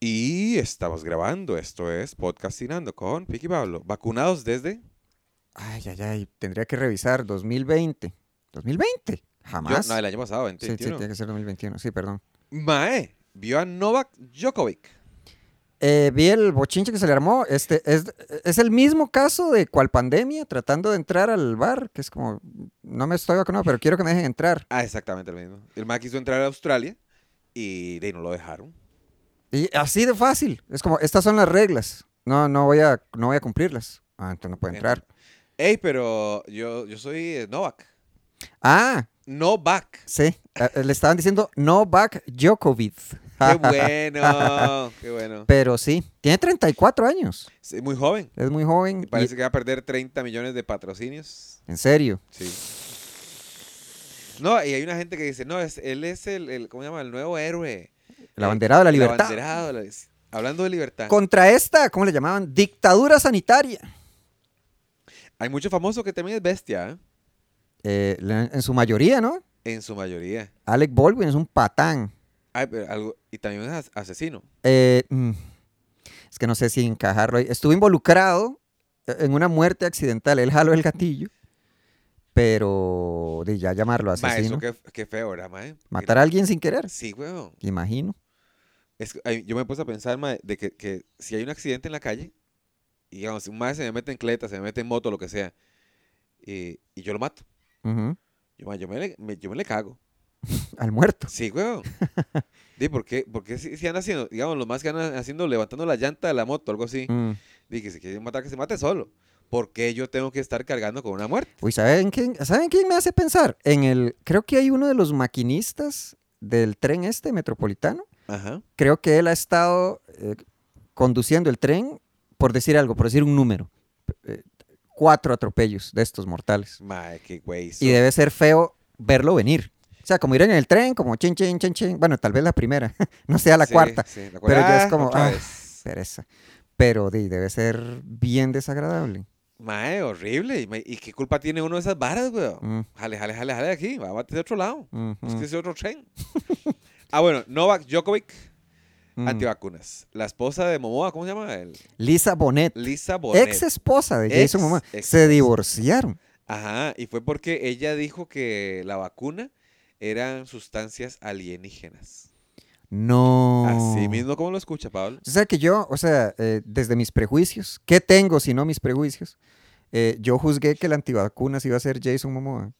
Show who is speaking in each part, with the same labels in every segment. Speaker 1: Y estamos grabando, esto es Podcastinando con Piqui Pablo. Vacunados desde...
Speaker 2: Ay, ay, ay, tendría que revisar 2020. ¿2020?
Speaker 1: Yo-
Speaker 2: Jamás.
Speaker 1: no, el año pasado,
Speaker 2: sí, sí,
Speaker 1: 2021.
Speaker 2: tiene que ser 2021, sí, perdón.
Speaker 1: Mae, vio a Novak Djokovic.
Speaker 2: Eh, vi el bochinche que se le armó. Este es, es el mismo caso de cual pandemia, tratando de entrar al bar, que es como, no me estoy vacunado, pero quiero que me dejen entrar.
Speaker 1: Ah, exactamente lo mismo. El mae quiso entrar a Australia y de ahí no lo dejaron.
Speaker 2: Y así de fácil. Es como, estas son las reglas. No, no voy a, no voy a cumplirlas. Ah, entonces no puede entrar.
Speaker 1: Ey, pero yo, yo soy eh, Novak.
Speaker 2: Ah,
Speaker 1: Novak.
Speaker 2: sí. eh, Le estaban diciendo Novak Djokovic.
Speaker 1: Qué bueno, qué bueno.
Speaker 2: Pero sí, tiene 34 años.
Speaker 1: Sí, muy joven.
Speaker 2: Es muy joven.
Speaker 1: Y
Speaker 2: y-
Speaker 1: parece que va a perder 30 millones de patrocinios.
Speaker 2: en serio.
Speaker 1: Sí. No, y hay una gente que dice, no, es, él es el, el- ¿cómo se llama? El nuevo héroe.
Speaker 2: El abanderado de la
Speaker 1: Eh, El
Speaker 2: libertad.
Speaker 1: abanderado, la- hablando de libertad.
Speaker 2: Contra esta, ¿cómo le llamaban? Dictadura sanitaria.
Speaker 1: Hay mucho famoso que también es bestia, ¿eh?
Speaker 2: Eh, la- en su mayoría, ¿no?
Speaker 1: En su mayoría.
Speaker 2: Alec Baldwin es un patán.
Speaker 1: Ay, pero algo, y también es as- asesino.
Speaker 2: Eh, mm, es que no sé si encajarlo ahí. Estuvo involucrado eh, en una muerte accidental. Él jaló el gatillo. Pero de ya llamarlo
Speaker 1: Ma,
Speaker 2: asesino.
Speaker 1: eso qué, qué feo, ¿verdad, mae?
Speaker 2: Matar a alguien sin querer,
Speaker 1: Sí, weón.
Speaker 2: imagino.
Speaker 1: Es que, ay, yo me puse a pensar, mae, de que, que si hay un accidente en la calle, y digamos, un mae se me mete en cleta, se me mete en moto, lo que sea, y, y yo lo mato.
Speaker 2: Ujú.
Speaker 1: Yo, mae, yo me, le, me- yo me le cago.
Speaker 2: Al muerto.
Speaker 1: Sí, weón. Di, ¿por qué, por qué si, si andan haciendo, digamos, los más que andan haciendo, levantando la llanta de la moto, algo así,
Speaker 2: Mm.
Speaker 1: di que se quiere matar, que se mate solo? ¿Por qué yo tengo que estar cargando con una muerte?
Speaker 2: Uy, ¿saben quién, ¿saben quién me hace pensar? En el, creo que hay uno de los maquinistas del tren este metropolitano.
Speaker 1: Ajá.
Speaker 2: Creo que él ha estado eh, conduciendo el tren por decir algo, por decir un número. Eh, cuatro atropellos de estos mortales.
Speaker 1: Mae, qué güey.
Speaker 2: Y debe ser feo verlo venir. O sea, como ir en el tren, como chin, chin, chin, chin. Bueno, tal vez la primera, no sea la cuarta. pero ya es como, ah. Pereza. Pero di, debe ser bien desagradable.
Speaker 1: Mae, horrible. Y, mae, ¿y qué culpa tiene uno de esas varas, weón?
Speaker 2: Mm,
Speaker 1: Jale, jale, jale, jale de aquí. Va a matar de otro lado.
Speaker 2: mm,
Speaker 1: Es
Speaker 2: mm,
Speaker 1: que es otro tren. ah, bueno, Novak Djokovic,
Speaker 2: mm.
Speaker 1: antivacunas. La esposa de Momoa, ¿cómo se llama? El-
Speaker 2: Lisa Bonet.
Speaker 1: Lisa Bonet.
Speaker 2: Ex esposa de Jason
Speaker 1: Ex-
Speaker 2: Momoa.
Speaker 1: ex
Speaker 2: Se divorciaron.
Speaker 1: Ajá, y fue porque ella dijo que la vacuna eran sustancias alienígenas.
Speaker 2: No.
Speaker 1: Así mismo como lo escucha, Pablo.
Speaker 2: O sea que yo, o sea, eh, desde mis prejuicios, ¿qué tengo si no mis prejuicios? Eh, yo juzgué que el antivacunas iba a ser Jason Momoa.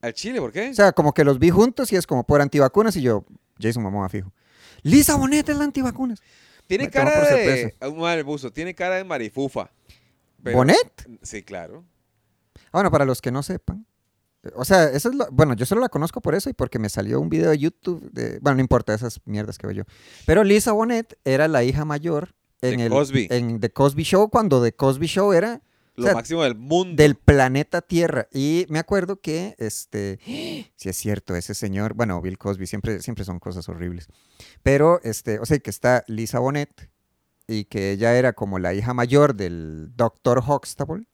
Speaker 1: Al Chile, ¿por qué?
Speaker 2: O sea, como que los vi juntos y es como por antivacunas y yo, Jason Momoa, fijo. Lisa Bonet es la antivacunas.
Speaker 1: tiene
Speaker 2: me tomó por
Speaker 1: cara de...
Speaker 2: sorpresa.
Speaker 1: Ah, Madre buzo, tiene cara de marifufa. Pero-
Speaker 2: ¿Bonet?
Speaker 1: Sí, claro.
Speaker 2: Ah, Bueno, para los que no sepan. eh, O sea, eso es lo- bueno, yo solo la conozco por eso y porque me salió un video de YouTube. De, bueno, no importa esas mierdas que veo yo. Pero Lisa Bonet era la hija mayor en
Speaker 1: De
Speaker 2: el
Speaker 1: Cosby.
Speaker 2: en The Cosby Show cuando The Cosby Show era
Speaker 1: Lo
Speaker 2: o sea,
Speaker 1: máximo del mundo.
Speaker 2: del planeta Tierra. Y me acuerdo que, este, si es cierto, ese señor, bueno, Bill Cosby, siempre, siempre son cosas horribles. Pero, este, o sea, que está Lisa Bonet y que ella era como la hija mayor del Dr. Huxtable.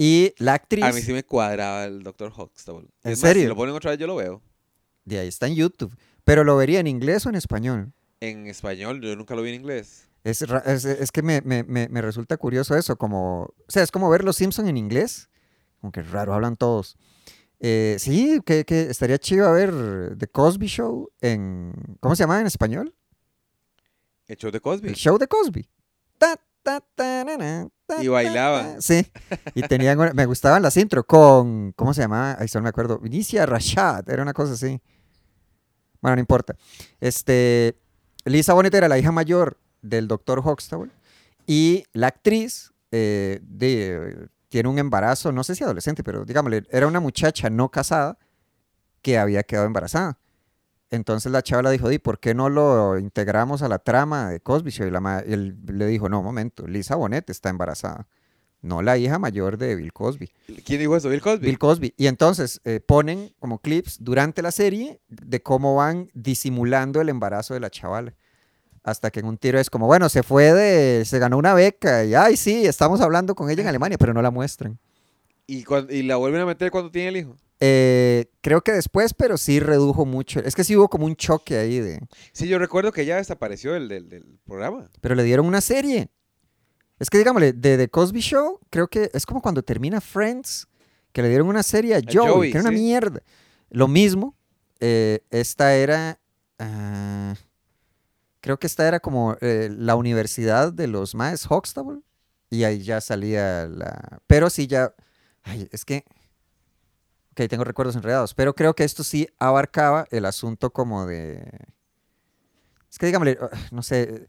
Speaker 2: Y la actriz,
Speaker 1: A mí sí me cuadraba el Dr. Huxtable.
Speaker 2: ¿En
Speaker 1: Es más, si
Speaker 2: serio?
Speaker 1: lo ponen otra vez, yo lo veo.
Speaker 2: de ahí está en YouTube, pero lo vería en inglés o en español.
Speaker 1: En español, yo nunca lo vi en inglés.
Speaker 2: Es, ra- es- es que me, me- me- me resulta curioso eso, como, o sea, es como ver Los Simpson en inglés, como que raro hablan todos. Eh, sí, que, que estaría chido ver The Cosby Show en, ¿cómo se llama en español?
Speaker 1: El show de
Speaker 2: El
Speaker 1: Cosby.
Speaker 2: show de Cosby. Ta, ta, ta, na, na, ta,
Speaker 1: Y
Speaker 2: ta,
Speaker 1: bailaban.
Speaker 2: ta. Sí, y tenían, una- me gustaban las intro con, ¿cómo se llamaba? Ahí solo me acuerdo, Inicia Rashad, era una cosa así. Bueno, no importa. Este, Lisa Bonet era la hija mayor del doctor Huxtable y la actriz eh, de- tiene un embarazo, no sé si adolescente, pero digámosle, era una muchacha no casada que había quedado embarazada. Entonces la chava le dijo, Di, ¿por qué no lo integramos a la trama de Cosby Show? Y la ma- él le dijo, no, un momento, Lisa Bonet está embarazada, no la hija mayor de Bill Cosby.
Speaker 1: ¿Quién dijo eso? Bill Cosby.
Speaker 2: Bill Cosby. Y entonces eh, ponen como clips durante la serie de cómo van disimulando el embarazo de la chavala. Hasta que en un tiro es como, bueno, se fue de, se ganó una beca y, ay, sí, estamos hablando con ella en Alemania, pero no la muestran.
Speaker 1: ¿Y, cuan- y la vuelven a meter cuando tiene el hijo.
Speaker 2: Eh, creo que después, pero sí redujo mucho. Es que sí hubo como un choque ahí de...
Speaker 1: Sí, yo recuerdo que ya desapareció el del, del programa.
Speaker 2: Pero le dieron una serie. Es que digámosle, de The Cosby Show, creo que es como cuando termina Friends, que le dieron una serie a Joey,
Speaker 1: Joey,
Speaker 2: que era una
Speaker 1: sí.
Speaker 2: mierda. Lo mismo, eh, esta era... ah, creo que esta era como eh, la universidad de los más Huxtable. Y ahí ya salía la... Pero sí ya... Ay, es que... Ok, tengo recuerdos enredados, pero creo que esto sí abarcaba el asunto como de... Es que digámosle, ah, no sé,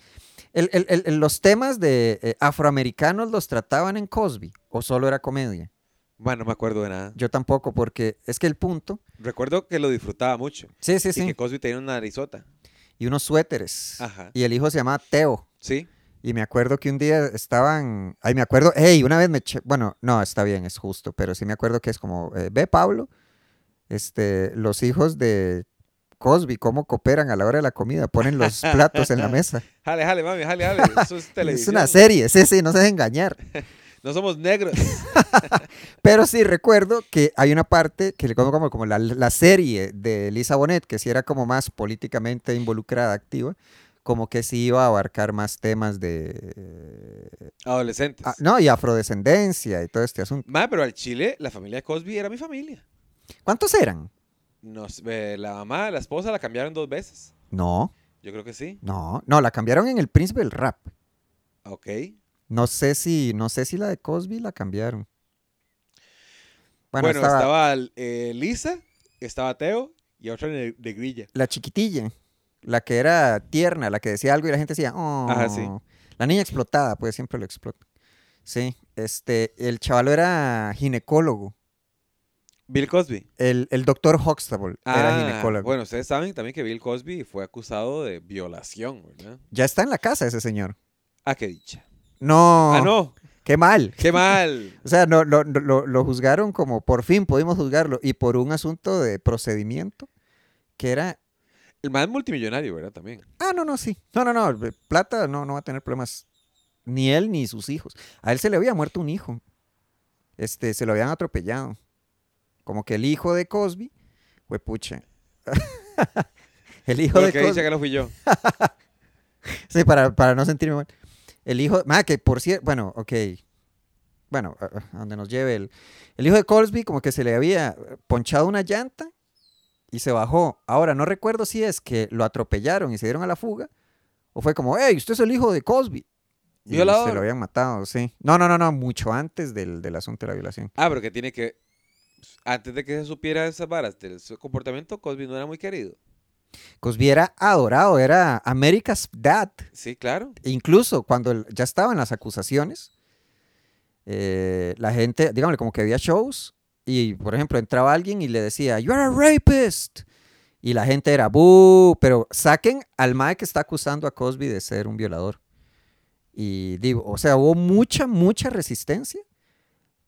Speaker 2: el- el- el- el- los temas de eh, afroamericanos los trataban en Cosby o solo era comedia.
Speaker 1: Bueno, no me acuerdo de nada.
Speaker 2: Yo tampoco, porque es que el punto.
Speaker 1: Recuerdo que lo disfrutaba mucho.
Speaker 2: Sí, sí,
Speaker 1: Y
Speaker 2: sí.
Speaker 1: que Cosby tenía una narizota.
Speaker 2: Y unos suéteres.
Speaker 1: Ajá.
Speaker 2: Y el hijo se llamaba Teo.
Speaker 1: Sí.
Speaker 2: Y me acuerdo que un día estaban. Ay, me acuerdo. Hey, una vez me. che- Bueno, no, está bien, es justo. Pero sí me acuerdo que es como. eh, Ve, Pablo. Este, los hijos de Cosby, cómo cooperan a la hora de la comida. Ponen los platos en la mesa.
Speaker 1: Jale, jale, mami, jale, jale. Eso es
Speaker 2: Es
Speaker 1: televisión.
Speaker 2: una serie. Sí, sí, no se dejen engañar.
Speaker 1: No somos negros.
Speaker 2: Pero sí recuerdo que hay una parte que le como, como, como la, la serie de Lisa Bonet, que sí era como más políticamente involucrada, activa, como que sí iba a abarcar más temas de... eh,
Speaker 1: Adolescentes.
Speaker 2: ah, no, y afrodescendencia y todo este asunto.
Speaker 1: Ma, pero al Chile, la familia de Cosby era mi familia.
Speaker 2: ¿Cuántos eran?
Speaker 1: Nos, eh, la mamá, la esposa la cambiaron dos veces.
Speaker 2: No,
Speaker 1: Yo creo que sí.
Speaker 2: no, no, la cambiaron en El Príncipe del Rap.
Speaker 1: Ok.
Speaker 2: No sé si, no sé si la de Cosby la cambiaron. Bueno,
Speaker 1: Bueno,
Speaker 2: estaba,
Speaker 1: estaba, eh, Lisa, estaba Teo y otra ne- negrilla.
Speaker 2: la chiquitilla, la que era tierna, la que decía algo y la gente decía, oh,
Speaker 1: Ajá, sí.
Speaker 2: la niña explotada, pues siempre lo explota. Sí, este, el chavalo era ginecólogo,
Speaker 1: Bill Cosby.
Speaker 2: el, el doctor Huxtable era
Speaker 1: Ah,
Speaker 2: ginecólogo.
Speaker 1: Bueno, ustedes saben también que Bill Cosby fue acusado de violación, ¿verdad?
Speaker 2: Ya está en la casa ese señor.
Speaker 1: Ah, qué dicha.
Speaker 2: No,
Speaker 1: Ah, no.
Speaker 2: qué mal.
Speaker 1: Qué mal.
Speaker 2: O sea, no, lo, lo- lo- lo juzgaron como por fin pudimos juzgarlo y por un asunto de procedimiento que era...
Speaker 1: El más multimillonario, ¿verdad? También.
Speaker 2: Ah, no, no, sí. No, no, no. eh, Plata no, no va a tener problemas. Ni él ni sus hijos. A él se le había muerto un hijo. Este, se lo habían atropellado. Como que el hijo de Cosby, huepucha. el hijo
Speaker 1: Pero
Speaker 2: de
Speaker 1: qué dicha
Speaker 2: Cosby.
Speaker 1: que no fui yo.
Speaker 2: Sí, para, para no sentirme mal. El hijo, ah, que por cierto, bueno, ok. Bueno, a- a donde nos lleve el. El hijo de Cosby, como que se le había eh, ponchado una llanta y se bajó. Ahora, no recuerdo si es que lo atropellaron y se dieron a la fuga o fue como, hey, usted es el hijo de Cosby. Y
Speaker 1: Violador.
Speaker 2: se lo habían matado, sí. No, no, no, no, mucho antes del, del asunto de la violación.
Speaker 1: Ah, pero que tiene que. Antes de que se supiera esas varas del su comportamiento, Cosby no era muy querido.
Speaker 2: Cosby era adorado, era America's Dad.
Speaker 1: Sí, claro.
Speaker 2: incluso cuando el- ya estaban las acusaciones, eh, la gente, dígame, como que había shows y, por ejemplo, entraba alguien y le decía, You are a rapist. Y la gente era, "Bú", pero saquen al mae que está acusando a Cosby de ser un violador. Y digo, o sea, hubo mucha, mucha resistencia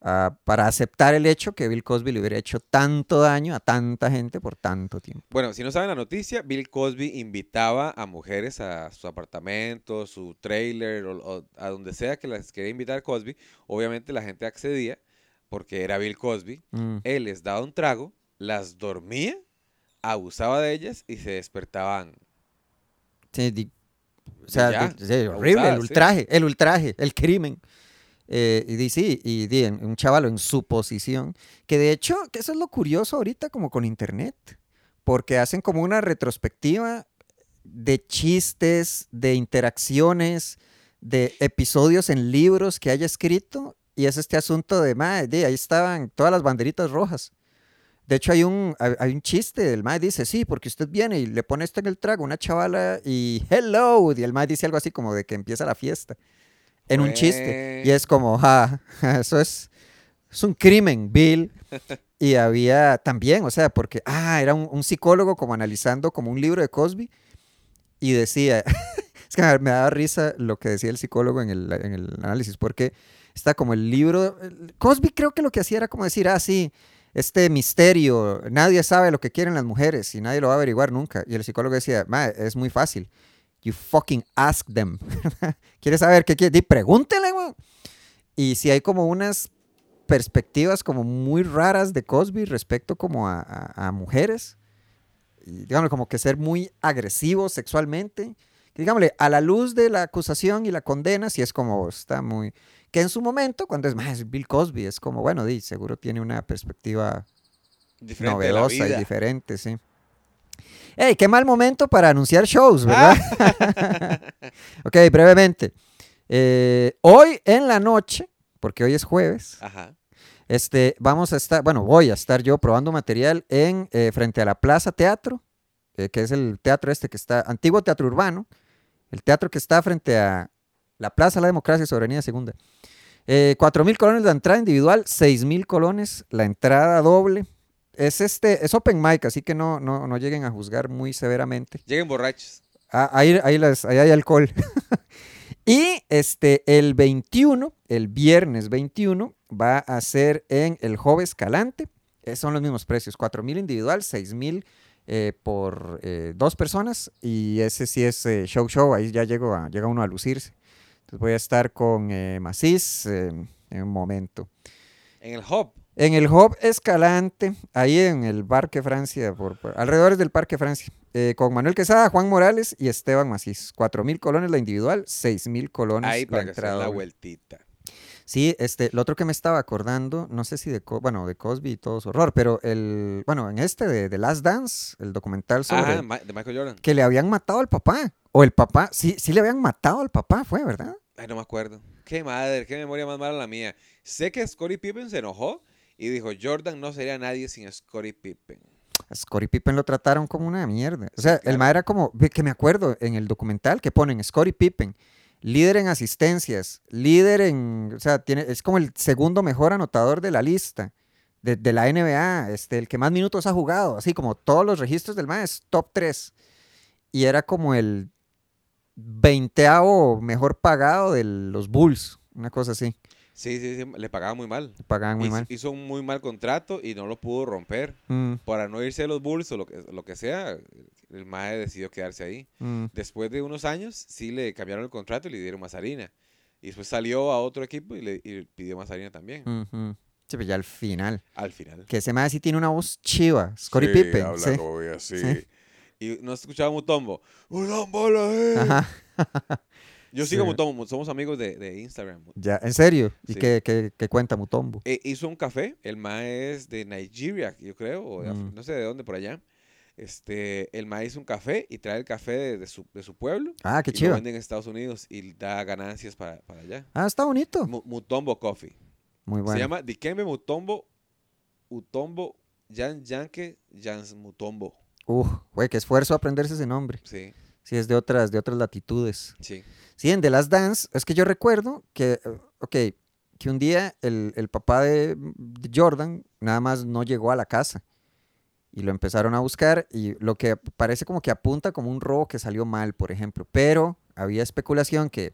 Speaker 2: ah, para aceptar el hecho que Bill Cosby le hubiera hecho tanto daño a tanta gente por tanto tiempo.
Speaker 1: Bueno, si no saben la noticia, Bill Cosby invitaba a mujeres a su apartamento, su trailer, o, o a donde sea que las quería invitar Cosby. Obviamente la gente accedía porque era Bill Cosby.
Speaker 2: Mm.
Speaker 1: Él les daba un trago, las dormía, abusaba de ellas y se despertaban.
Speaker 2: Sí, di- o sea,
Speaker 1: ya,
Speaker 2: di- sí, horrible,
Speaker 1: abusadas,
Speaker 2: el
Speaker 1: sí.
Speaker 2: ultraje, el ultraje, el crimen. Eh, y di, sí, y di, en- un chavalo en su posición, que de hecho, que eso es lo curioso ahorita como con internet, porque hacen como una retrospectiva de chistes, de interacciones, de episodios en libros que haya escrito, y es este asunto de, mae, di, ahí estaban todas las banderitas rojas. De hecho, hay un, hay hay un chiste, del mae dice, sí, porque usted viene y le pone esto en el trago, una chavala, y hello, y el mae dice algo así como de que empieza la fiesta, en un chiste. Y
Speaker 1: Jue-
Speaker 2: es como, ja, ja, eso es, es un crimen, Bill. Y había también, o sea, porque, ah, era un, un psicólogo como analizando como un libro de Cosby, y decía, es que me, me daba risa lo que decía el psicólogo en el, en el análisis, porque está como el libro, Cosby creo que lo que hacía era como decir, ah, sí, este misterio, nadie sabe lo que quieren las mujeres y nadie lo va a averiguar nunca. Y el psicólogo decía, "Ma, es muy fácil, you fucking ask them. ¿Quieres saber qué quiere? Di, pregúntele, weón". Y si hay como unas perspectivas como muy raras de Cosby respecto como a, a- a mujeres. Y, digamos, como que ser muy agresivo sexualmente. Que, digámosle, a la luz de la acusación y la condena, si es como está muy... Que en su momento, cuando es más Bill Cosby, es como, bueno, di, seguro tiene una perspectiva
Speaker 1: Diferente de la
Speaker 2: novedosa y
Speaker 1: vida.
Speaker 2: diferente, sí. ¡Ey, qué mal momento para anunciar shows, ¿verdad?
Speaker 1: Ah.
Speaker 2: ok, brevemente. Eh, hoy en la noche, porque hoy es jueves,
Speaker 1: Ajá.
Speaker 2: este, vamos a estar, bueno, voy a estar yo probando material en eh, frente a la Plaza Teatro, eh, que es el teatro este que está, antiguo teatro urbano, el teatro que está frente a la Plaza de la Democracia y Soberanía Segunda. Eh, Cuatro mil colones la entrada individual, seis mil colones la entrada doble. Es este, es open mic, así que no, no, no lleguen a juzgar muy severamente.
Speaker 1: Lleguen borrachos.
Speaker 2: Ah, ahí, ahí las- ahí hay alcohol. y este, el 21, el viernes 21, va a ser en el Jove Escalante. Eh, son los mismos precios, 4.000 individual, 6.000 eh, por eh, dos personas. Y ese sí es eh, show show, ahí ya llego a- llega uno a lucirse. Entonces voy a estar con eh, Macís eh, en un momento.
Speaker 1: En el hop.
Speaker 2: En el Hub Escalante, ahí en el Parque Francia, por, por- alrededores del Parque Francia, eh, con Manuel Quesada, Juan Morales y Esteban Macís. Cuatro mil colones la individual, seis mil colones
Speaker 1: Ahí
Speaker 2: la
Speaker 1: para que se den
Speaker 2: entrada.
Speaker 1: la
Speaker 2: doble.
Speaker 1: vueltita.
Speaker 2: Sí, este, lo otro que me estaba acordando, no sé si de, Co- bueno, de Cosby y todo su horror, pero el, bueno, en este de The Last Dance, el documental sobre
Speaker 1: Ajá, Ma- de Michael Jordan.
Speaker 2: que le habían matado al papá, o el papá, sí, sí le habían matado al papá, fue, ¿verdad?
Speaker 1: Ay, no me acuerdo. Qué madre, qué memoria más mala la mía. Sé que Scottie Pippen se enojó y dijo, Jordan no sería nadie sin Scottie Pippen.
Speaker 2: A Scottie Pippen lo trataron como una mierda. O
Speaker 1: Sí,
Speaker 2: sea, el
Speaker 1: claro.
Speaker 2: ma era como, ve que me acuerdo en el documental que ponen Scottie Pippen, líder en asistencias, líder en, o sea, tiene, es como el segundo mejor anotador de la lista de, de la NBA, este, el que más minutos ha jugado, así como todos los registros del ma es top 3. Y era como el veinteavo mejor pagado de los Bulls, una cosa así,
Speaker 1: Sí, sí, sí, le pagaba muy mal.
Speaker 2: pagaban Ah, muy
Speaker 1: Hizo-
Speaker 2: mal.
Speaker 1: Hizo un muy mal contrato y no lo pudo romper.
Speaker 2: Mm,
Speaker 1: Para no irse de los Bulls o lo que, lo que sea, el Mae decidió quedarse ahí.
Speaker 2: mm.
Speaker 1: Después de unos años, sí le cambiaron el contrato y le dieron más harina. Y después salió a otro equipo y le y pidió más harina también,
Speaker 2: Ujú. mm, Sí, pero ya al final.
Speaker 1: al final.
Speaker 2: Que ese mae sí tiene una voz chiva. Scottie Pippen. sí. Sí.
Speaker 1: Y no escuchaba Mutombo. ¡Mutombo, la eh".
Speaker 2: Ajá.
Speaker 1: Yo
Speaker 2: Sí.
Speaker 1: sigo a Mutombo, somos amigos de, de Instagram.
Speaker 2: Ya, en serio. ¿Y
Speaker 1: Sí.
Speaker 2: qué, qué- qué cuenta Mutombo?
Speaker 1: Eh, hizo un café, el mae es de Nigeria, yo creo, o de Af-
Speaker 2: Mm.
Speaker 1: no sé de dónde, por allá. Este, el mae hizo un café y trae el café de, de su, de su pueblo
Speaker 2: Ah, qué
Speaker 1: y lo
Speaker 2: chiva.
Speaker 1: vende en Estados Unidos y da ganancias para, para allá.
Speaker 2: Ah, está bonito.
Speaker 1: Mu- Mutombo Coffee.
Speaker 2: Muy bueno.
Speaker 1: Se llama Dikembe Mutombo Utombo Yan Yanke Jans Mutombo.
Speaker 2: Uf, güey, qué esfuerzo aprenderse ese nombre.
Speaker 1: Sí,
Speaker 2: Sí, es de otras, de otras latitudes.
Speaker 1: sí.
Speaker 2: Sí, en The Last Dance, es que yo recuerdo que, eh, ok, que un día el, el papá de de Jordan nada más no llegó a la casa y lo empezaron a buscar y lo que parece como que apunta como un robo que salió mal, por ejemplo, pero había especulación que,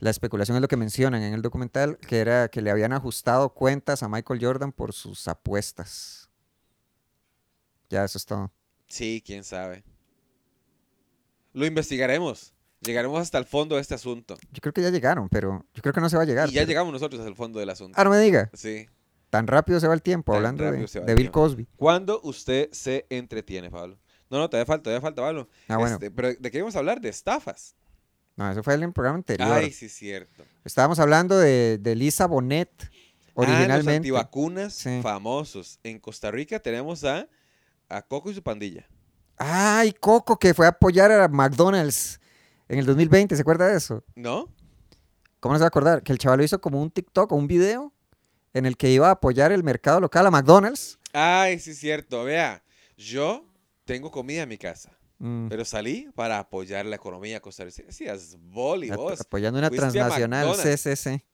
Speaker 2: la especulación es lo que mencionan en el documental, que era que le habían ajustado cuentas a Michael Jordan por sus apuestas. Ya, eso es todo.
Speaker 1: Sí, quién sabe. Lo investigaremos. Llegaremos hasta el fondo de este asunto.
Speaker 2: Yo creo que ya llegaron, pero yo creo que no se va a llegar.
Speaker 1: Y ya
Speaker 2: pero-
Speaker 1: llegamos nosotros al fondo del asunto.
Speaker 2: Ah, no me diga.
Speaker 1: Sí.
Speaker 2: Tan rápido se va el tiempo
Speaker 1: Tan
Speaker 2: hablando de,
Speaker 1: rápido se va
Speaker 2: de
Speaker 1: el
Speaker 2: Bill
Speaker 1: tiempo.
Speaker 2: Cosby.
Speaker 1: ¿Cuándo usted se entretiene, Pablo? No, no, todavía falta, todavía falta, Pablo.
Speaker 2: Ah, bueno.
Speaker 1: Este, pero ¿de qué íbamos a hablar? De estafas.
Speaker 2: No, eso fue en el programa anterior.
Speaker 1: Ay, sí, cierto.
Speaker 2: Estábamos hablando de, de Lisa Bonet
Speaker 1: Ah, los
Speaker 2: originalmente. Ah,
Speaker 1: antivacunas
Speaker 2: Sí.
Speaker 1: famosos. En Costa Rica tenemos a, a Coco y su pandilla.
Speaker 2: Ay, Coco, que fue a apoyar a McDonald's en el 2020, ¿se acuerda de eso?
Speaker 1: ¿No?
Speaker 2: ¿Cómo no se va a acordar? Que el chaval lo hizo como un TikTok o un video en el que iba a apoyar el mercado local a McDonald's.
Speaker 1: Ay, sí, cierto. Vea, yo tengo comida en mi casa,
Speaker 2: Mm,
Speaker 1: pero salí para apoyar la economía costarricense. Sí, es boli,
Speaker 2: at-
Speaker 1: vos.
Speaker 2: apoyando una
Speaker 1: fuiste a
Speaker 2: transnacional,
Speaker 1: McDonald's.
Speaker 2: CCC.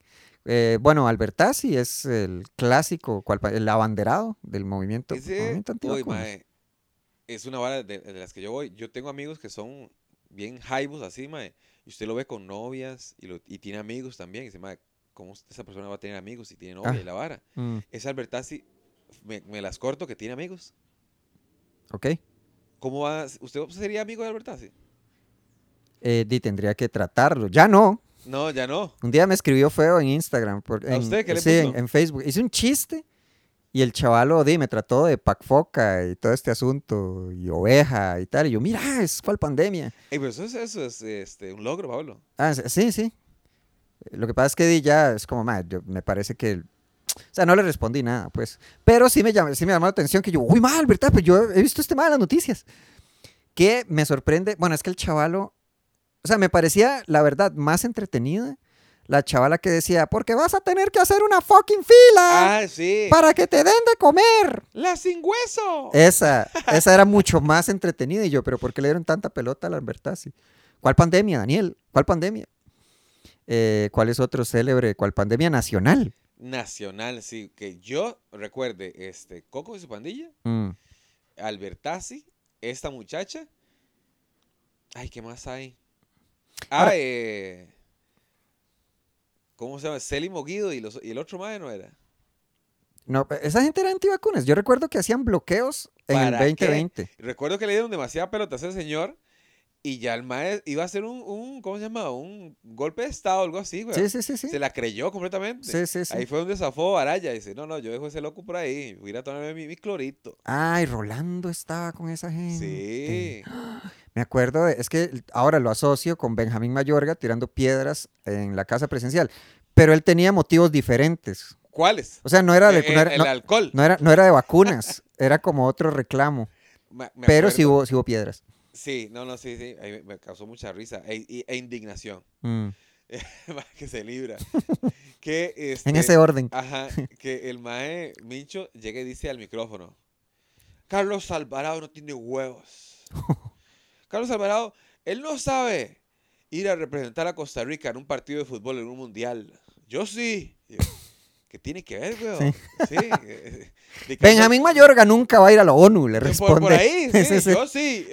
Speaker 2: Eh, bueno, Albertazzi es el clásico, cual pa- el abanderado del movimiento.
Speaker 1: Ese,
Speaker 2: movimiento
Speaker 1: uy,
Speaker 2: antivacunas.
Speaker 1: mae, es una vara de, de las que yo voy. Yo tengo amigos que son bien jaibos así, mae. Y usted lo ve con novias y, lo- y tiene amigos también. Y dice, mae, ¿cómo usted- esa persona va a tener amigos si tiene novia
Speaker 2: Ah.
Speaker 1: y la vara?
Speaker 2: Mm,
Speaker 1: Esa Albertazzi, me, me las corto que tiene amigos.
Speaker 2: ok.
Speaker 1: ¿Cómo va? ¿Usted sería amigo de Albertazzi?
Speaker 2: eh, di, tendría que tratarlo. Ya no,
Speaker 1: No, ya no.
Speaker 2: Un día me escribió feo en Instagram. por-
Speaker 1: ¿A
Speaker 2: en-
Speaker 1: usted qué le
Speaker 2: Sí, en-
Speaker 1: puso?
Speaker 2: en Facebook. Hice un chiste y el chavalo di, me trató de pacfoca y todo este asunto, y oveja y tal. Y yo, mira, es cual pandemia.
Speaker 1: Ey, pero eso es, eso es este, un logro, Pablo.
Speaker 2: Ah, s- sí, sí. Lo que pasa es que di, ya es como, "Ma, yo- me parece que. el-". O sea, no le respondí nada, pues. Pero sí me, llamó, sí me llamó la atención que yo, uy, mal, ¿verdad? Pero yo he visto este mal en las noticias. Que me sorprende. Bueno, es que el chavalo. O sea, me parecía, la verdad, más entretenida la chavala que decía, porque vas a tener que hacer una fucking fila
Speaker 1: Ah, sí.
Speaker 2: para que te den de comer.
Speaker 1: La sin hueso.
Speaker 2: Esa, esa era mucho más entretenida. Y yo, pero ¿por qué le dieron tanta pelota a la Albertazzi? ¿Cuál pandemia, Daniel? ¿Cuál pandemia? Eh, ¿Cuál es otro célebre? ¿Cuál pandemia nacional?
Speaker 1: Nacional, sí. Que yo recuerde, este, Coco y su pandilla,
Speaker 2: Mm.
Speaker 1: Albertazzi, esta muchacha. Ay, ¿qué más hay? Ah,
Speaker 2: Ahora-
Speaker 1: eh, ¿Cómo se llama? Celine Moguido y, los, y el otro más no era.
Speaker 2: No, esa gente era antivacunas. Yo recuerdo que hacían bloqueos en el
Speaker 1: ¿Para qué?
Speaker 2: 2020.
Speaker 1: Recuerdo que le dieron demasiada pelota a ese señor y ya el maestro iba a hacer un, un- ¿cómo se llama? Un golpe de estado, algo así, güey.
Speaker 2: Sí, sí, sí, sí.
Speaker 1: Se la creyó completamente.
Speaker 2: Sí, sí, sí.
Speaker 1: Ahí fue donde zafó Araya. Dice, no, no, yo dejo ese loco por ahí. Voy a ir a tomarme mi, mi clorito.
Speaker 2: Ay, Rolando estaba con esa gente. Este.
Speaker 1: Sí.
Speaker 2: Me acuerdo, de- es que ahora lo asocio con Benjamín Mayorga tirando piedras en la casa presidencial, pero él tenía motivos diferentes.
Speaker 1: ¿Cuáles?
Speaker 2: O sea, no era de,
Speaker 1: Eh,
Speaker 2: no
Speaker 1: el,
Speaker 2: era,
Speaker 1: el
Speaker 2: no-
Speaker 1: alcohol.
Speaker 2: no era- no era de vacunas, era como otro reclamo,
Speaker 1: Me- me
Speaker 2: pero
Speaker 1: acuerdo.
Speaker 2: sí hubo, sí hubo piedras.
Speaker 1: Sí, no, no, sí, sí. ahí me- me causó mucha risa e, y- e indignación.
Speaker 2: Mm,
Speaker 1: Más que se libra. que este,
Speaker 2: En ese orden.
Speaker 1: Ajá, que el mae Mincho llega y dice al micrófono, Carlos Alvarado no tiene huevos. Carlos Alvarado, él no sabe ir a representar a Costa Rica en un partido de fútbol, en un mundial. Yo sí. Y yo, ¿Qué tiene que ver, weón? Sí. eh, de que
Speaker 2: Benjamín
Speaker 1: yo-
Speaker 2: Mayorga nunca va a ir a la ONU, le
Speaker 1: por-
Speaker 2: responde.
Speaker 1: Por, ahí, sí,
Speaker 2: Sí, sí.
Speaker 1: yo sí.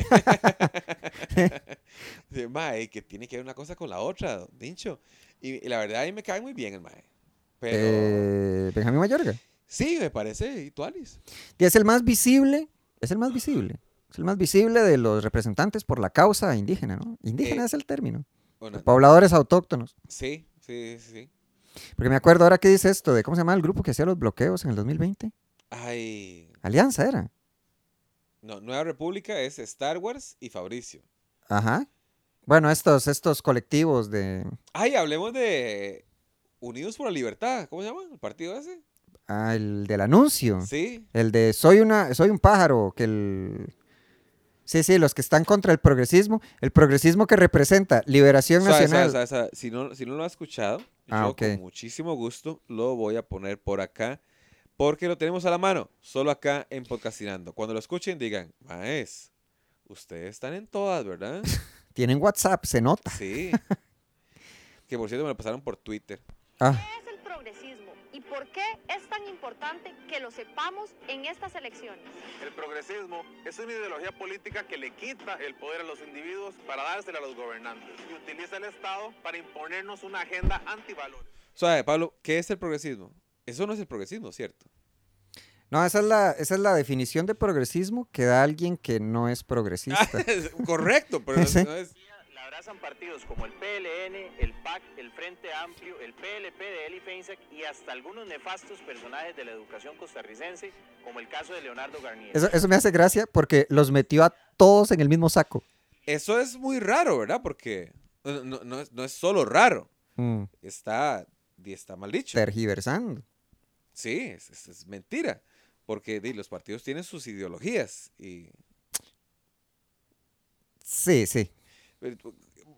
Speaker 1: Sí, mae, que tiene que ver una cosa con la otra, don Mincho. Y, y la verdad, a mí me cae muy bien el mae. Pero...
Speaker 2: Eh, Benjamín Mayorga.
Speaker 1: Sí, me parece, y tú, Alice.
Speaker 2: Y es el más visible, es el más visible, es el más visible de los representantes por la causa indígena, ¿no? Indígena
Speaker 1: Eh,
Speaker 2: es el término.
Speaker 1: Bueno,
Speaker 2: Pobladores autóctonos.
Speaker 1: sí, sí, sí, sí.
Speaker 2: Porque me acuerdo ahora que dice esto de cómo se llama el grupo que hacía los bloqueos en el 2020.
Speaker 1: Ay,
Speaker 2: Alianza era.
Speaker 1: no, Nueva República es Star Wars y Fabricio.
Speaker 2: Ajá. Bueno, estos, estos colectivos de.
Speaker 1: Ay, hablemos de Unidos por la Libertad, ¿cómo se llama? ¿El partido ese?
Speaker 2: ah, el del anuncio.
Speaker 1: Sí,
Speaker 2: El de soy una, soy un pájaro, que el. Sí, sí, los que están contra el progresismo. El progresismo que representa Liberación
Speaker 1: Suave, suave,
Speaker 2: Nacional.
Speaker 1: suave, suave. Si, no, si no lo has escuchado,
Speaker 2: Ah,
Speaker 1: yo
Speaker 2: ok.
Speaker 1: con muchísimo gusto lo voy a poner por acá. Porque lo tenemos a la mano, solo acá en Podcastinando. Cuando lo escuchen, digan, Maes, ustedes están en todas, ¿verdad?
Speaker 2: Tienen WhatsApp, se nota.
Speaker 1: Sí. que por cierto me lo pasaron por Twitter.
Speaker 2: Ah,
Speaker 3: ¿Qué es el progresismo y por qué es tan importante que lo sepamos en estas elecciones?
Speaker 4: El progresismo es una ideología política que le quita el poder a los individuos para dárselo a los gobernantes y utiliza el Estado para imponernos una agenda antivalores.
Speaker 1: Suave, Pablo, ¿qué es el progresismo? Eso no es el progresismo, ¿cierto?
Speaker 2: no, esa es, la, esa es la definición de progresismo que da alguien que no es progresista.
Speaker 1: Correcto, pero no, es-
Speaker 2: Sí.
Speaker 1: no es...
Speaker 5: la abrazan partidos como el PLN, el PAC, el Frente Amplio, el PLP de Eli Feinsack y hasta algunos nefastos personajes de la educación costarricense, como el caso de Leonardo Garnier.
Speaker 2: Eso, eso me hace gracia porque los metió a todos en el mismo saco.
Speaker 1: Eso es muy raro, ¿verdad? Porque no, no- no es, no es solo raro,
Speaker 2: Mm,
Speaker 1: está, y está mal dicho.
Speaker 2: tergiversando.
Speaker 1: Sí, es, es- es mentira. Porque di, los partidos tienen sus ideologías y
Speaker 2: Sí, sí.
Speaker 1: eh,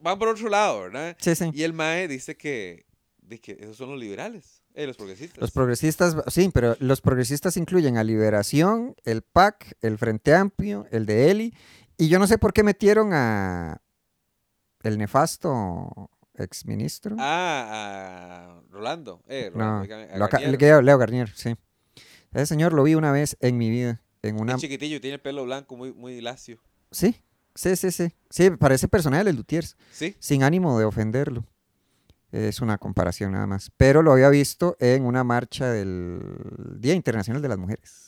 Speaker 1: van por otro lado, ¿verdad?
Speaker 2: Sí, sí.
Speaker 1: Y el MAE dice que, de que esos son los liberales, eh, los progresistas.
Speaker 2: Los progresistas, sí, pero los progresistas incluyen a Liberación, el PAC, el Frente Amplio, el de Eli, y yo no sé por qué metieron a el nefasto exministro.
Speaker 1: ah, a Rolando. Eh, Rolando,
Speaker 2: no,
Speaker 1: dígame, a
Speaker 2: lo acá-
Speaker 1: Garnier.
Speaker 2: Leo, Leo Garnier, sí. Ese señor lo vi una vez en mi vida, en
Speaker 1: Es
Speaker 2: una...
Speaker 1: chiquitillo, tiene el pelo blanco muy, muy lacio.
Speaker 2: Sí, sí, sí, sí. Sí, parece personal el Lutiers,
Speaker 1: Sí,
Speaker 2: sin ánimo de ofenderlo. Es una comparación nada más. Pero lo había visto en una marcha del Día Internacional de las Mujeres.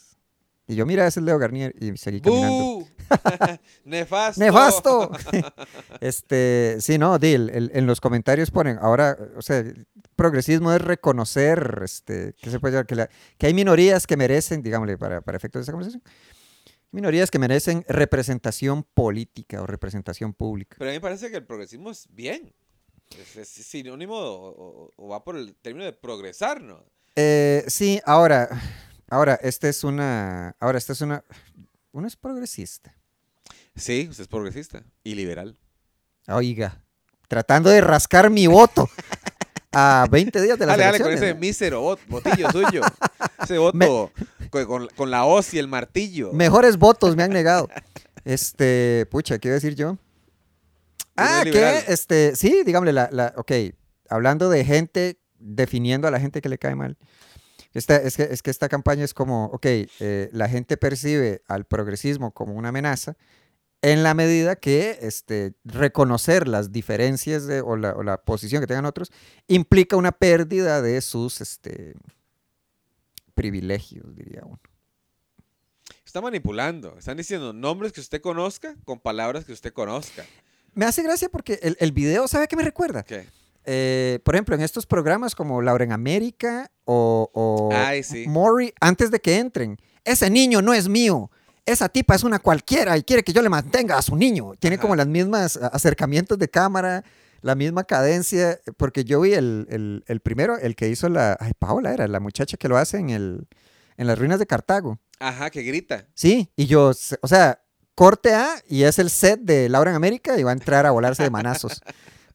Speaker 2: Y yo, mira, ese es Leo Garnier. Y seguí caminando.
Speaker 1: ¡Bu! ¡Nefasto!
Speaker 2: ¡Nefasto! este, sí, no, Dil, el- en los comentarios ponen, ahora, o sea, progresismo es reconocer este, que, se puede llevar, que, la- que hay minorías que merecen, digámosle, para, para efectos de esta conversación, minorías que merecen representación política o representación pública.
Speaker 1: Pero a mí me parece que el progresismo es bien. Es, es sinónimo o, o- o va por el término de progresar, ¿no?
Speaker 2: Eh, sí, ahora, ahora, esta es una, ahora, esta es una, uno es progresista.
Speaker 1: Sí, usted es progresista y liberal.
Speaker 2: Oiga, tratando de rascar mi voto a 20 días de las
Speaker 1: Dale, dale, con
Speaker 2: elecciones,
Speaker 1: ese
Speaker 2: ¿no?
Speaker 1: mísero bot- botillo suyo. Ese voto con, con- con la hoz y el martillo.
Speaker 2: Mejores votos me han negado. Este, pucha, ¿qué iba a decir yo? Ah,
Speaker 1: liberal.
Speaker 2: que, este, sí, dígame, la, la, ok, hablando de gente, definiendo a la gente que le cae mal. Esta, es, que, es que esta campaña es como, ok, eh, la gente percibe al progresismo como una amenaza en la medida que este, reconocer las diferencias de- o, la, o la posición que tengan otros implica una pérdida de sus este, privilegios, diría uno.
Speaker 1: Está manipulando. Están diciendo nombres que usted conozca con palabras que usted conozca.
Speaker 2: Me hace gracia porque el, el video, ¿sabe a qué me recuerda?
Speaker 1: ¿Qué?
Speaker 2: Eh, por ejemplo, en estos programas como Laura en América o, o
Speaker 1: Ay, sí.
Speaker 2: Maury, antes de que entren, ese niño no es mío. Esa tipa es una cualquiera y quiere que yo le mantenga a su niño. Tiene como las mismas a- acercamientos de cámara, la misma cadencia, porque yo vi el, el- el primero, el que hizo la... Ay, Paola era, la muchacha que lo hace en, el, en las ruinas de Cartago.
Speaker 1: Ajá, que grita.
Speaker 2: Sí, y yo, s- o sea, corte A y es el set de Laura en América y va a entrar a volarse de manazos.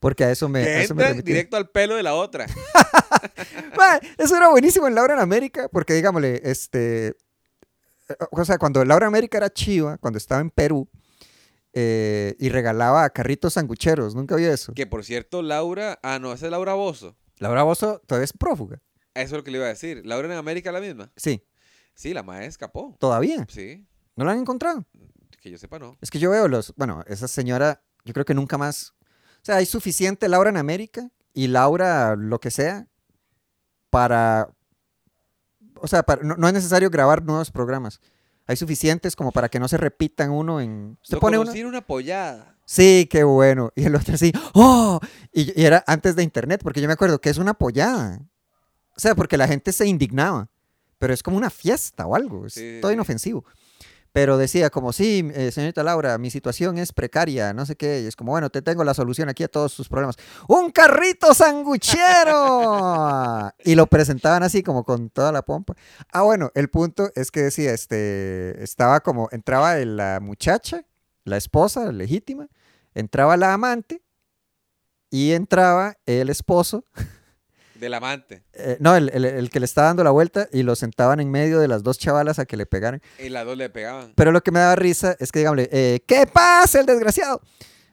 Speaker 2: Porque a eso me.
Speaker 1: Que
Speaker 2: a eso me
Speaker 1: entra
Speaker 2: remití.
Speaker 1: directo al pelo de la otra.
Speaker 2: Ma, eso era buenísimo en Laura en América, porque digámosle, este. eh, O sea, cuando Laura en América era chiva, cuando estaba en Perú eh, y regalaba carritos sangucheros, nunca vi eso.
Speaker 1: Que por cierto, Laura. Ah, no, esa es Laura Bozo.
Speaker 2: Laura Bozo todavía es prófuga.
Speaker 1: Eso es lo que le iba a decir. Laura en América es la misma.
Speaker 2: Sí,
Speaker 1: Sí, la madre escapó.
Speaker 2: todavía.
Speaker 1: Sí,
Speaker 2: No la han encontrado.
Speaker 1: que yo sepa, no.
Speaker 2: Es que yo veo los. Bueno, esa señora, yo creo que nunca más. O sea, hay suficiente Laura en América y Laura lo que sea para. O sea, para- no, no es necesario grabar nuevos programas. Hay suficientes como para que no se repitan uno en. Usted
Speaker 1: Lo
Speaker 2: pone uno.
Speaker 1: conocí en una pollada.
Speaker 2: Sí, qué bueno. Y el otro así, ¡oh! Y, y era antes de internet, porque yo me acuerdo que es una pollada. O sea, porque la gente se indignaba, pero es como una fiesta o algo, es
Speaker 1: Sí, sí,
Speaker 2: todo
Speaker 1: sí.
Speaker 2: inofensivo. Pero decía como, sí, eh, señorita Laura, mi situación es precaria, no sé qué. Y es como, bueno, te tengo la solución aquí a todos sus problemas. ¡Un carrito sanguchero! y lo presentaban así como con toda la pompa. Ah, bueno, el punto es que decía, este, estaba como, entraba la muchacha, la esposa legítima, entraba la amante y entraba el esposo,
Speaker 1: Del amante.
Speaker 2: eh, no, el, el- el que le estaba dando la vuelta y lo sentaban en medio de las dos chavalas a que le pegaran.
Speaker 1: Y las dos le pegaban.
Speaker 2: Pero lo que me daba risa es que, digámosle, eh, ¿qué pasa el desgraciado?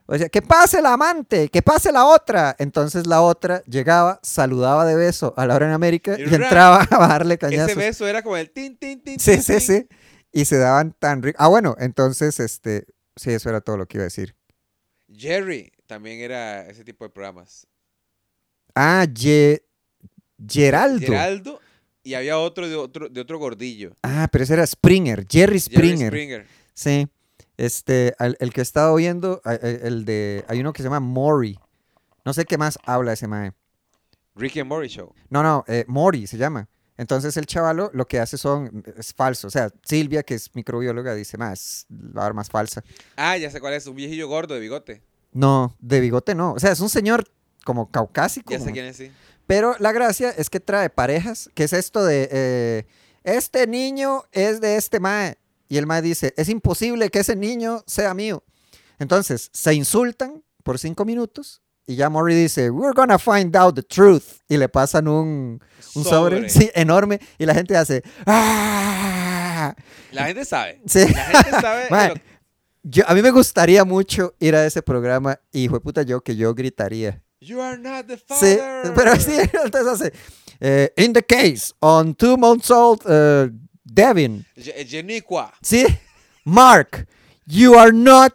Speaker 2: O sea, que pase la amante, que pase la otra. Entonces la otra llegaba, saludaba de beso a Laura en América
Speaker 1: Y
Speaker 2: y
Speaker 1: ra-
Speaker 2: entraba a bajarle
Speaker 1: Ese
Speaker 2: cañazos.
Speaker 1: beso era como el tin, tin, tin.
Speaker 2: Sí,
Speaker 1: tin,
Speaker 2: sí,
Speaker 1: tin.
Speaker 2: sí. Y se daban tan rico. Ah, bueno, entonces, este, sí, eso era todo lo que iba a decir.
Speaker 1: Jerry también era ese tipo de programas.
Speaker 2: Ah, Ye- Geraldo.
Speaker 1: Geraldo. Y había otro de otro, de otro gordillo.
Speaker 2: Ah, pero ese era Springer, Jerry Springer.
Speaker 1: Jerry Springer.
Speaker 2: Sí. Este, al- el que he estado viendo, a- a- el de, hay uno que se llama Mori. No sé qué más habla ese mae.
Speaker 1: Ricky and Morty Show.
Speaker 2: No, no, eh, Mori se llama. Entonces el chavalo lo que hace son, es falso. O sea, Silvia, que es microbióloga, dice, más, la arma es falsa.
Speaker 1: Ah, ya sé cuál es. Un viejillo gordo de bigote.
Speaker 2: No, de bigote no. O sea, es un señor como caucásico.
Speaker 1: Ya sé
Speaker 2: como-
Speaker 1: quién es, sí.
Speaker 2: Pero la gracia es que trae parejas, que es esto de, eh, este niño es de este mae. Y el mae dice, es imposible que ese niño sea mío. Entonces, se insultan por cinco minutos y ya Murray dice, we're gonna find out the truth. Y le pasan un, un sobre, sí, enorme y la gente hace, "Ah".
Speaker 1: La gente sabe.
Speaker 2: Sí.
Speaker 1: La gente sabe.
Speaker 2: Mae,
Speaker 1: lo-
Speaker 2: yo- a mí me gustaría mucho ir a ese programa y, puta yo, que yo gritaría.
Speaker 1: You are not the
Speaker 2: Sí,
Speaker 1: father.
Speaker 2: pero sí, entonces hace. eh, in the case, on two months old, eh, Devin.
Speaker 1: Ye- Yeniqua.
Speaker 2: Sí, Mark, you are not.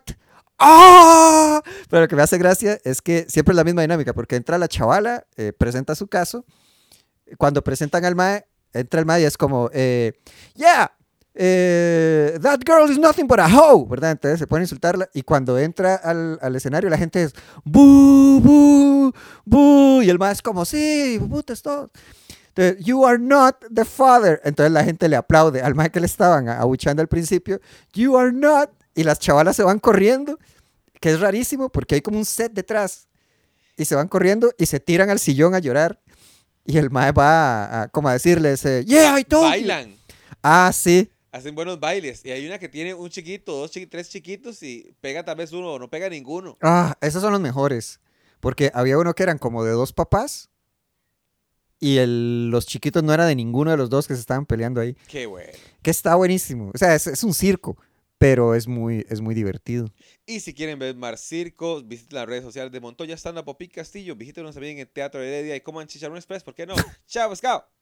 Speaker 2: ¡Ah! Pero lo que me hace gracia es que siempre es la misma dinámica, porque entra la chavala, eh, presenta su caso. Cuando presentan al MAE, entra el MAE y es como, eh, yeah, eh, that girl is nothing but a hoe, ¿verdad? Entonces se pone a insultarla y cuando entra al, al escenario la gente es, bu, bu, bu, y el más es como, sí, puta, es todo. Entonces, you are not the father. Entonces la gente le aplaude al más que le estaban abuchando al principio, you are not, y las chavalas se van corriendo, que es rarísimo porque hay como un set detrás, y se van corriendo y se tiran al sillón a llorar. Y el mae va a, a- como a decirles, eh, yeah, I told you".
Speaker 1: Bailan,
Speaker 2: Ah, sí.
Speaker 1: hacen buenos bailes. Y hay una que tiene un chiquito, dos chiqui- tres chiquitos y pega tal vez uno o no pega ninguno.
Speaker 2: Ah, esos son los mejores. Porque había uno que eran como de dos papás. Y el- los chiquitos no era de ninguno de los dos que se estaban peleando ahí.
Speaker 1: Qué bueno.
Speaker 2: Que está buenísimo. O sea, es, es un circo. Pero es muy, es muy divertido.
Speaker 1: Y si quieren ver más circo, visiten las redes sociales de Montoya Stand Up Popín Castillo. Visítenos también en Teatro Heredia y coman chicharrón express, ¿por qué no? ¡Chao, pescado!